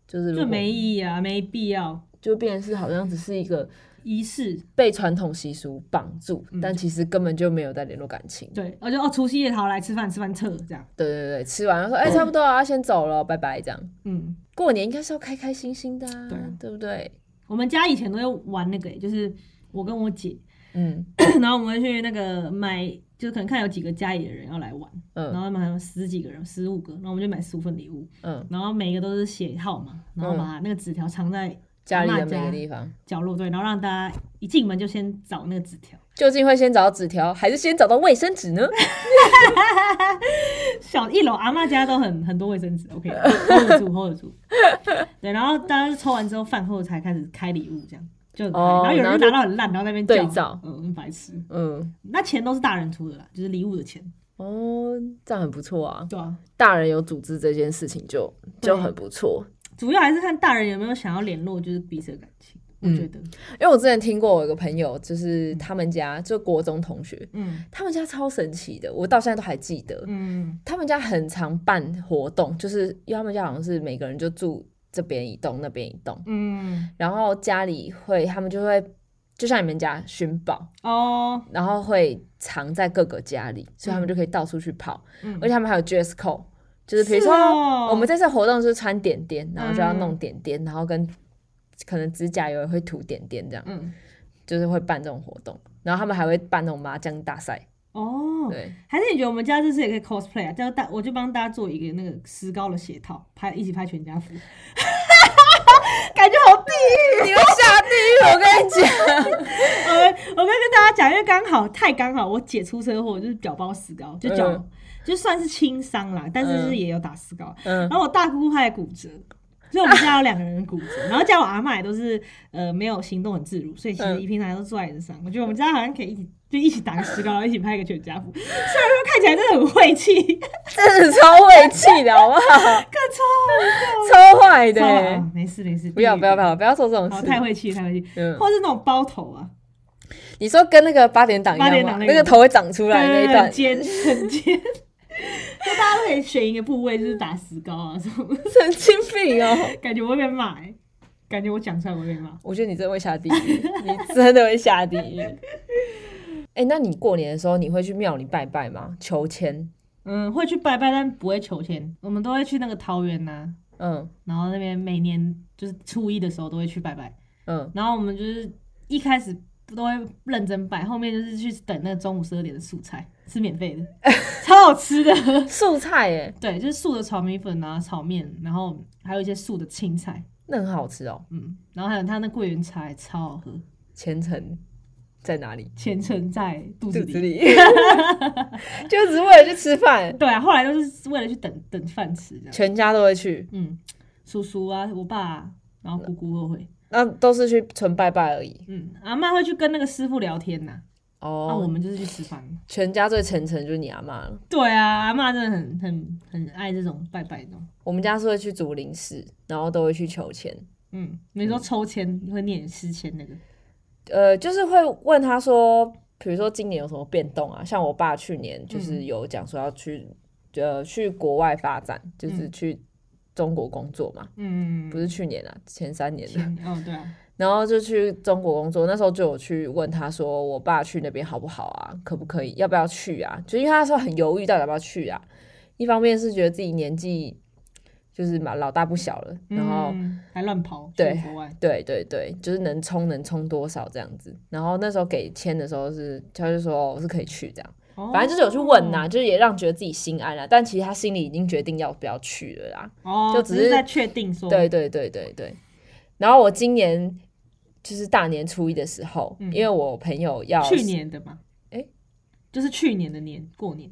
就是如就果没意义啊，没必要。就变成是好像只是一个仪式被传统习俗绑住，嗯但其实根本就没有在联络感情。对，而且哦，除夕夜好来吃饭，吃饭撤这样。对对对，吃完了说哎、差不多啊，先走了，拜拜这样。嗯，过年应该是要开开心心的、啊，对啊不对？我们家以前都会玩那个、欸就是我跟我姐， 嗯然后我们会去那个买，就是可能看有几个家里的人要来玩，然嗯后他们还有十几个人、十五个，然后我们就买十五份礼物，嗯，然后每个都是写号码，然后把那个纸条藏在家里阿的嬷每个地方，角落，对，然后让大家一进门就先找那个纸 条，究竟会先找到纸条，还是先找到卫生纸 呢？小一楼阿妈家都很很多卫生纸 ，OK，hold 得住，hold 得住。对，然后大家抽完之后，饭后才开始开礼物，这样就很开哦然后有然后人就拿到很烂，然后在那边对叫照嗯，很白痴。嗯，那钱都是大人出的啦，就是礼物的钱。哦，这样很不错啊。对啊，大人有组织这件事情就就对很不错。主要还是看大人有没有想要联络，就是彼此的感情。我觉得，因为我之前听过我有个朋友，就是他们家就国中同学，嗯他们家超神奇的，我到现在都还记得。嗯他们家很常办活动，就是因为他们家好像是每个人就住这边一栋，那边一栋，嗯，然后家里会他们就会就像你们家寻宝，哦，然后会藏在各个家里，所以他们就可以到处去跑，嗯而且他们还有 dress code，就是比如说、是哦嗯我们这次活动就是穿点点，然后就要弄点点，然后跟可能指甲油也会涂点点这样，嗯，就是会办这种活动，然后他们还会办那种麻将大赛，哦，对，还是你觉得我们家这次也可以 cosplay 啊？叫大，我就帮大家做一个那个石膏的鞋套，拍一起拍全家福， 感觉好地你会下地狱，我跟你讲。我我刚跟大家讲，因为刚好太刚好，我姐出车祸，就是脚包石膏，就脚、嗯就算是轻伤啦，但是是也有打石膏。嗯然后我大姑姑她也骨折，所以我们家有两个人骨 折。然后加我阿妈也都是呃没有行动很自如，所以其实嗯一平常都坐在椅子上。我觉得我们家好像可以一起就一起打个石膏，然后一起拍个全家福。 虽然说看起来真的很晦气，真的超晦气的， 好不好？超坏的超欸、啊，没事没事，不要不要不要不要做这种好，事！哦太晦气太晦气，嗯或者是那种包头啊，你说跟那个八点档一八样点吗？档那那个个头会长出来那一段很，尖很尖。 就大家都可以选一个部位，就是打石膏啊什么， 神经病哦！感觉我会被骂、欸，感觉我讲出来我会被骂。我觉得你真的会下地狱， 你真的会下地 狱。哎、那你过年的时候你会去庙里拜拜吗？求签，嗯，会去拜拜，但不会求签。我们都会去那个桃园呐、嗯然后那边每年就是初一的时候都会去拜拜。嗯，然后我们就是一开始都会认真拜，后面就是去等那个中午十二点的素菜，是免费的， 超好吃的。素菜哎、对，就是素的炒米粉啊、炒面，然后还有一些素的青菜，那很好吃哦。嗯，然后还有他那桂圆茶也超好喝，虔诚在哪里？前程在肚子肚里。子里， 就只是为了去吃饭，对啊，后来都是为了去等等饭吃这样。全家都会去，嗯，叔叔啊，我爸、啊，然后姑姑都会，那都是去纯拜拜而已。嗯，阿妈会去跟那个师傅聊天呐、那、哦，我们就是去吃饭。全家最虔诚就是你阿妈了。对啊，阿妈真的很很很爱这种拜拜的。我们家是会去竹林寺，然后都会去求签，嗯，你说抽签会念诗签那个，呃，就是会问他说，比如说今年有什么变动啊？像我爸去年就是有讲说要去、呃去国外发展，就是去中国工作嘛，嗯，不是去年啊，前三年的，签哦，对啊，然后就去中国工作。那时候就有去问他说，我爸去那边好不好啊？可不可以？要不要去啊？就因为他那时候很犹豫，到底要不要去啊？一方面是觉得自己年纪就是嘛老大不小了，然后。嗯还乱跑去对国外，对对对，就是能充能充多少这样子。然后那时候给签的时候是，他就说哦我是可以去这样，哦反正就是有去问呐、就是也让觉得自己心安啦、啊但其实他心里已经决定要不要去了啦。哦，哦，就只只是在确定说，对对对对对。然后我今年就是大年初一的时候，嗯因为我朋友要去年的嘛，诶就是去年的年过年，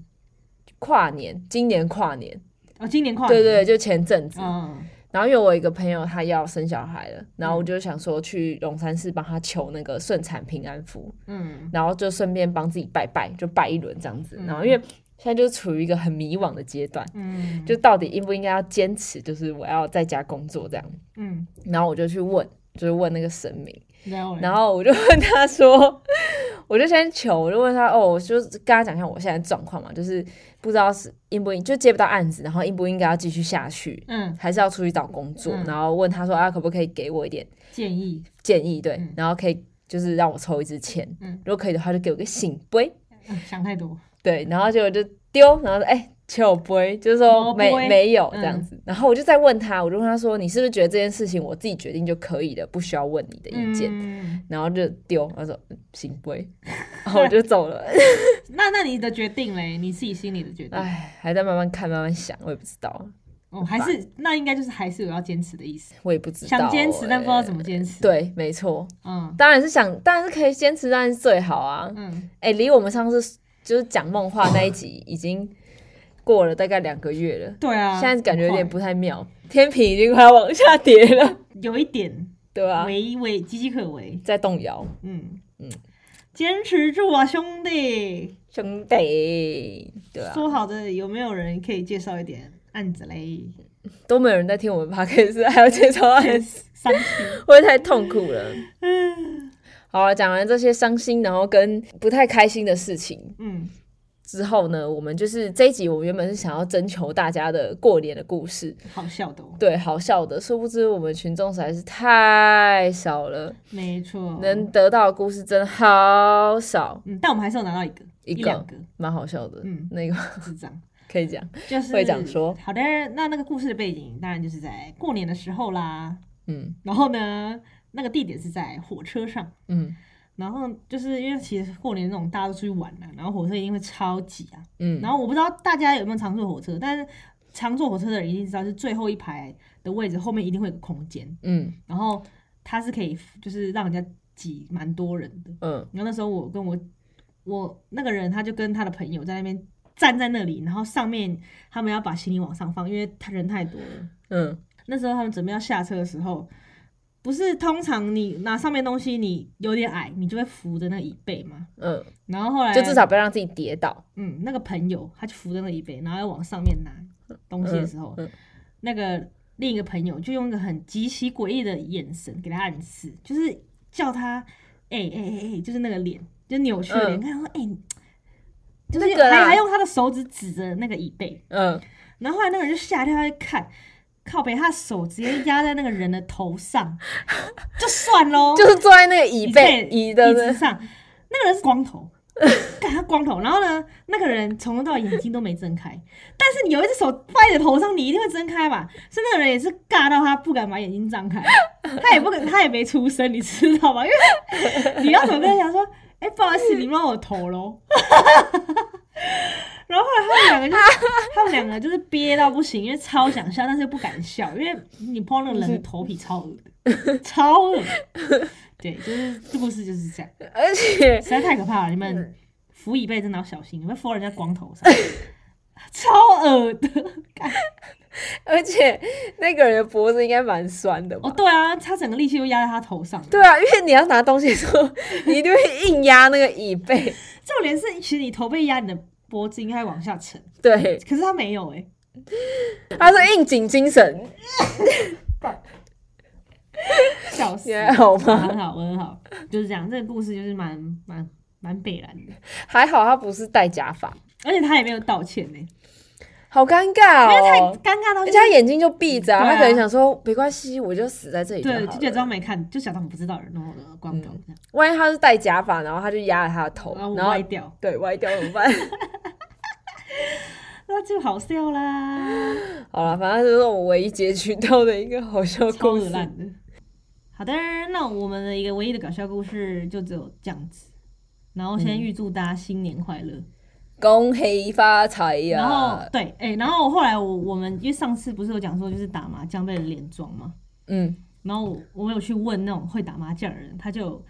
跨年，今年跨年，哦，今年跨年，对对，对就前阵子。嗯，然后因为我有一个朋友他要生小孩了，然后我就想说去龙山寺帮他求那个顺产平安符。嗯然后就顺便帮自己拜拜，就拜一轮这样子。嗯然后因为现在就是处于一个很迷惘的阶段，嗯，就到底应不应该要坚持，就是我要在家工作这样。嗯，然后我就去问，就是问那个神明，然后然后我就问他说， 我就先求，我就问他，哦，我就是跟他讲一下我现在的状况嘛，就是不知道是应不应，就接不到案子，然后应不应该要继续下去，嗯还是要出去找工作。嗯然后问他说啊，可不可以给我一点建议，建议？对，嗯然后可以就是让我抽一支签，嗯如果可以的话，就给我个醒杯。嗯想太多，对，然后结果就丢，然后说哎，求杯，就是没说没杯没有嗯这样子。然后我就再问他，我就问他说，你是不是觉得这件事情我自己决定就可以了，不需要问你的意见？嗯，然后就丢，他说嗯行杯， 然后我就走 了。那那你的决定嘞，你自己心里的决定，哎，还在慢慢看，慢慢想，我也不知道，哦，还是那应该就是还是有要坚持的意思，我也不知道、想坚持但不知道怎么。么坚持，，对，没错，嗯当然是想，当然是可以坚持，当然是最好啊。嗯，哎、离我们上次就是讲梦话那一集已经过了大概两个月了。对啊，现在感觉有点很快不太妙，天平已经快要往下跌了， 有一点对吧、微微岌岌可危，在动摇，嗯嗯坚持住啊，兄弟！兄弟，对啊， 说好的有没有人可以介绍一点案子嘞？都没有人在听我们 podcast，还要介 绍暗示，伤心。会不会太痛苦了？好了，讲完这些伤心，然后跟不太开心的事情嗯，之后呢，我们就是这一集，我们原本是想要征求大家的过年的故事，好笑的、哦，对，好笑的，殊不知我们群众实在是太少了，没错。能得到的故事真的好少，嗯，但我们还是有拿到一个，一个两个，蛮好笑的。嗯，那个是 这样。可以讲，就是会长说好的，那那个故事的背景当然就是在过年的时候啦。嗯然后呢，那个地点是在火车上。嗯然后就是因为其实过年那种大家都出去玩啊啦、然后火车一定会超挤啊。嗯，然后我不知道大家有没有常坐火车，但是常坐火车的人一定知道，是最后一排的位置后面一定会有个空间，嗯然后它是可以就是让人家挤蛮多人的。嗯然后那时候我跟我我那个人，他就跟他的朋友在那边站在那里，然后上面他们要把行李往上放，因为他人太多了。嗯那时候他们准备要下车的时候，不是通常你拿上面东西，你有点矮，你就会扶着那个椅背嘛。嗯，然后后来就至少不要让自己跌倒。嗯，那个朋友他就扶着那个椅背，然后要往上面拿东西的时候，嗯嗯那个另一个朋友就用一个很极其诡异的眼神给他暗示，就是叫他哎哎哎哎，就是那个脸，就扭曲的脸，嗯看他说哎。你就是那个啦还还用他的手指指着那个椅背，嗯然后后来那个人就吓一跳，他就看，靠北，他的手直接压在那个人的头上， 就算喽，就是坐在那个椅背椅椅子的 椅子那，上，那个人是光头， 干他光头，然后呢，那个人从头到尾眼睛都没睁开，但是你有一只手放在你的头上，你一定会睁开吧？所以那个人也是尬到他不敢把眼睛张开，他也不敢，他也没出声，你知道吗？因为你要怎么跟他讲说，哎、不好意思，你摸我头喽。 然后后来他们两个就，他们两个就是憋到不行，因为超想笑，但是又不敢笑，因为你碰到那个人的头皮超恶 的，超恶。对，就是这故事就是这样，而且实在太可怕了。你们扶椅背真的要小心，你们扶人家光头上， 超恶的。干而且那个人的脖子应该蛮酸的哦，吧？对啊，他整个力气都压在他头上。对啊，因为你要拿东西的时候，你一定会硬压那个椅背。重点是，其实你头被压，你的脖子应该往下沉，对，可是他没有哎、他说应景精神，笑死你。还好我吗？很好，我很好，就是这样。这个故事就是蛮蛮蛮北然的，还好他不是戴假发，而且他也没有道歉呢、好尴尬因为太哦。尴尬到而且就是他眼睛就闭着、啊，对啊他可能想说没关系，我就死在这里就好对，了。就假装没看，就假装不知道，然后呃光头这样，万一他是戴假发，然后他就压了他的头，然后哦然后歪掉。对歪掉怎么办？ 那就好笑啦，好了，反正这是我唯一截取到的一个好笑超故恶事。烂的。好的，那我们的一个唯一的搞笑故事就只有这样子。然后嗯先预祝大家新年快乐。恭喜发财呀、然后对，哎、然后后来我我们因为上次不是有讲说就是打麻将被人连庄嘛，嗯，然后我我有去问那种会打麻将的人，他就有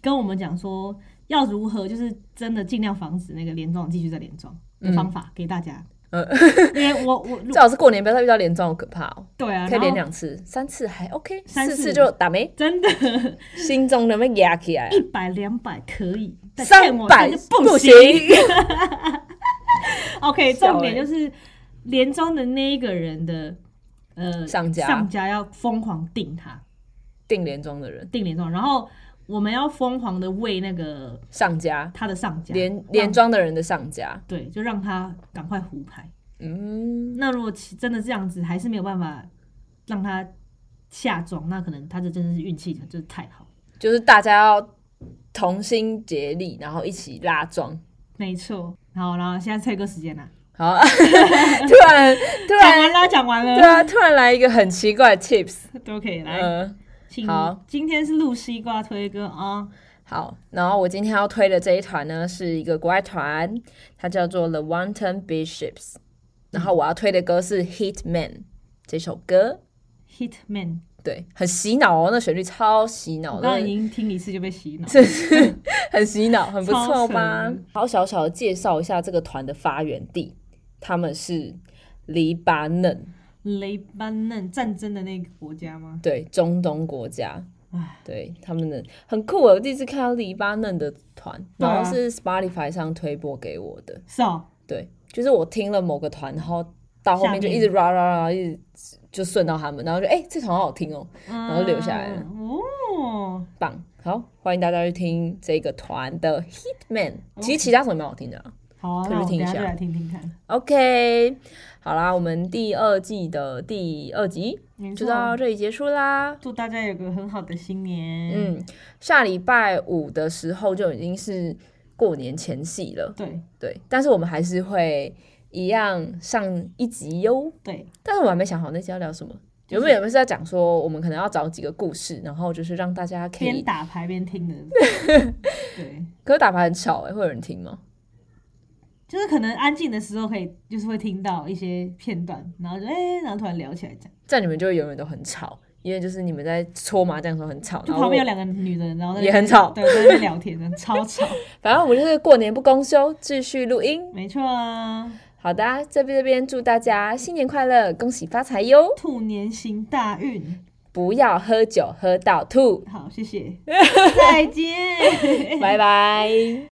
跟我们讲说要如何就是真的尽量防止那个连庄继续再连庄的方法给大家。嗯因为我 我最好是过年不要再遇到连庄，好可怕哦、对啊，可以然后连两次，三次还 OK，三次四次就打没，真的。 心中能被压起来一，百两百可以，但欠三哎我百真的不不行行。。OK，笑欸重点就是连庄的那一个人的呃上家上家要疯狂定他定连庄的人定连庄，然后我们要疯狂的为那个上家，他的上家连让连庄的人的上家，对，就让他赶快胡牌。嗯，那如果其真的这样子还是没有办法让他下庄，那可能他这真的是运气就是太好。就是大家要同心竭力，然后一起拉庄。没错，好，然后现在猜歌时间啦， 好，啊突然突讲然完啦，讲完对了，啊，突然来一个很奇怪的 tips，都可以来。嗯，请好，今天是录西瓜推歌啊，好，然后我今天要推的这一团呢是一个国外团，它叫做 The Wanton Bishops，然后我要推的歌是 Hitman 这首歌。 Hitman》。对，很洗脑哦，那旋律超洗脑我的刚，刚已经听一次就被洗脑，真是 很洗脑，很不错超吧神？好，小小的介绍一下这个团的发源地，他们是黎巴嫩，雷班嫩战争的那个国家吗？对，中东国家唉。对，他们的很酷哦，我第一次看到黎巴嫩的团，对啊然后是 Spotify 上推播给我的。是哦，对，就是我听了某个团，然后到后面就一直啦啦啦，一直就顺到他们，然后就哎、这团好好听哦、然后留下来了哦，棒！好，欢迎大家去听这个团的 Hitman。哦其实其他首也蛮好听的、啊。好啊，可以那我听等一下下就来听听看。 OK，好啦，我们第二季的第二集没就错到这里结束啦。祝大家有个很好的新年。，嗯，下礼拜五的时候就已经是过年前夕了，对对。但是我们还是会一样上一集哟。对，但是我还没想好那集要聊什么。就是原本有没有是在讲说，我们可能要找几个故事，然后就是让大家可边以。打牌边 听的。对，可是打牌很吵哎、会有人听吗？就是可能安静的时候可以，就是会听到一些片段，然后就哎、然后突然聊起来这样。这样你们就会永远都很吵，因为就是你们在搓麻将的时候很吵，就然后旁边有我两个女人，然后在那也边很吵对，在那边聊天的，超吵。反正我们就是过年不公休，继续录音。没错啊，好的啊，这边这边祝大家新年快乐，恭喜发财哟！兔年行大运。不要 喝酒喝到吐， 好，谢谢，再见。拜拜。